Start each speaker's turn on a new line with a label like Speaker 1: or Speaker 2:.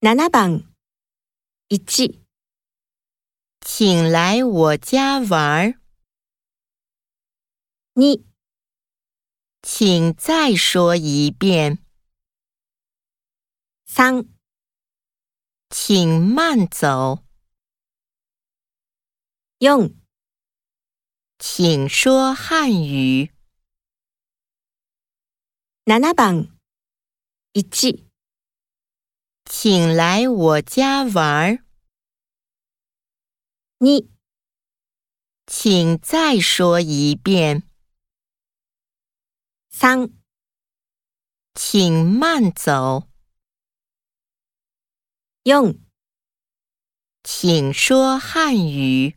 Speaker 1: 7番1、
Speaker 2: 请来我家玩儿，
Speaker 1: 2、
Speaker 2: 请再说一遍，
Speaker 1: 3、
Speaker 2: 请慢走，
Speaker 1: 4、
Speaker 2: 请说汉语，
Speaker 1: 7番1、
Speaker 2: 请来我家玩儿，
Speaker 1: 2、
Speaker 2: 请再说一遍，
Speaker 1: 3、
Speaker 2: 请慢走，
Speaker 1: 4
Speaker 2: 请说汉语。